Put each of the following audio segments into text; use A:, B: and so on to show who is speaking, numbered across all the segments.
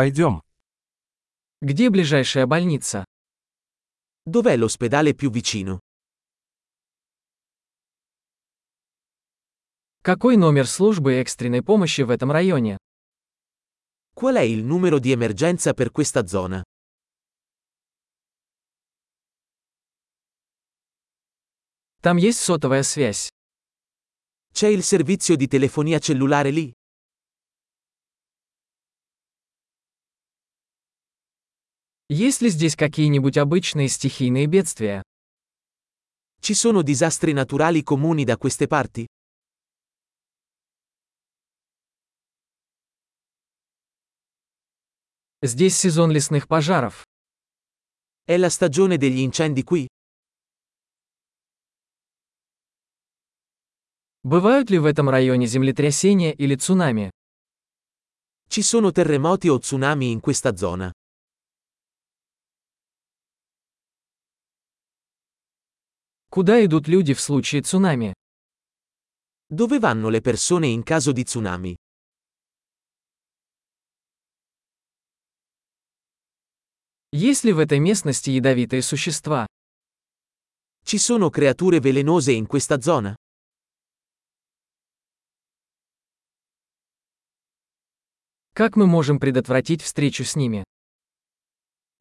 A: Пойдем.
B: Где ближайшая больница?
C: Dov'è l'ospedale più vicino?
B: Какой номер службы экстренной помощи в этом районе?
C: Qual è il numero di emergenza per questa zona?
B: Там есть сотовая связь.
C: C'è il servizio di telefonia cellulare lì?
B: Есть ли здесь какие-нибудь обычные стихийные бедствия?
C: Ci sono disastri naturali comuni da queste parti?
B: Здесь сезон лесных пожаров.
C: È la stagione degli incendi qui?
B: Бывают ли в этом районе землетрясения или цунами?
C: Ci sono terremoti o tsunami in questa zona?
B: Куда идут люди в случае цунами?
C: Dove vanno le persone in caso di tsunami?
B: Есть ли в этой местности ядовитые существа?
C: Ci sono creature velenose in questa zona?
B: Как мы можем предотвратить встречу с ними?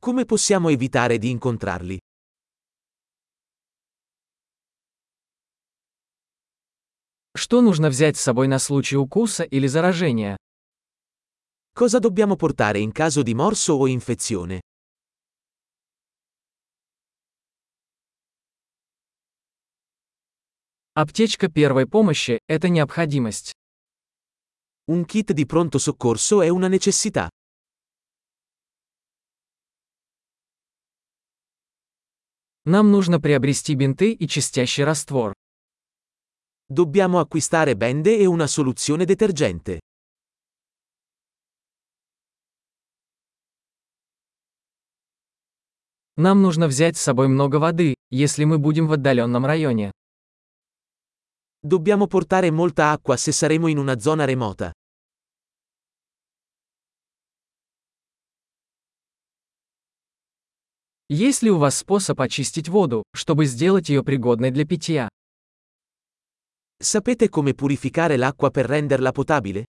C: Come possiamo evitare di incontrarli?
B: Что нужно взять с собой на случай укуса или заражения?
C: Cosa dobbiamo portare in caso di morso o infezione?
B: Аптечка первой помощи – это необходимость.
C: Un kit di pronto soccorso è una necessità.
B: Нам нужно приобрести бинты и чистящий раствор.
C: Dobbiamo acquistare bende e una soluzione detergente.
B: Нам нужно взять с собой много воды, если мы будем в отдаленном районе.
C: Dobbiamo portare molta acqua se saremo in una zona remota.
B: Есть ли у вас способ очистить воду, чтобы сделать ее пригодной для питья?
C: Sapete come purificare l'acqua per renderla potabile?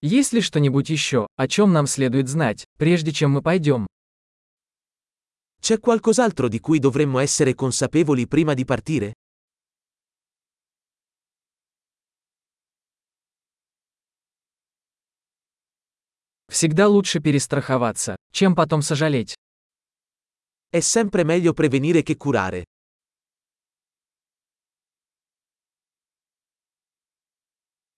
B: Есть ли что-нибудь еще, о чем нам следует знать, прежде чем мы пойдем?
C: C'è qualcos'altro di cui dovremmo essere consapevoli prima di partire?
B: Всегда лучше перестраховаться, чем потом сожалеть.
C: È sempre meglio prevenire che curare.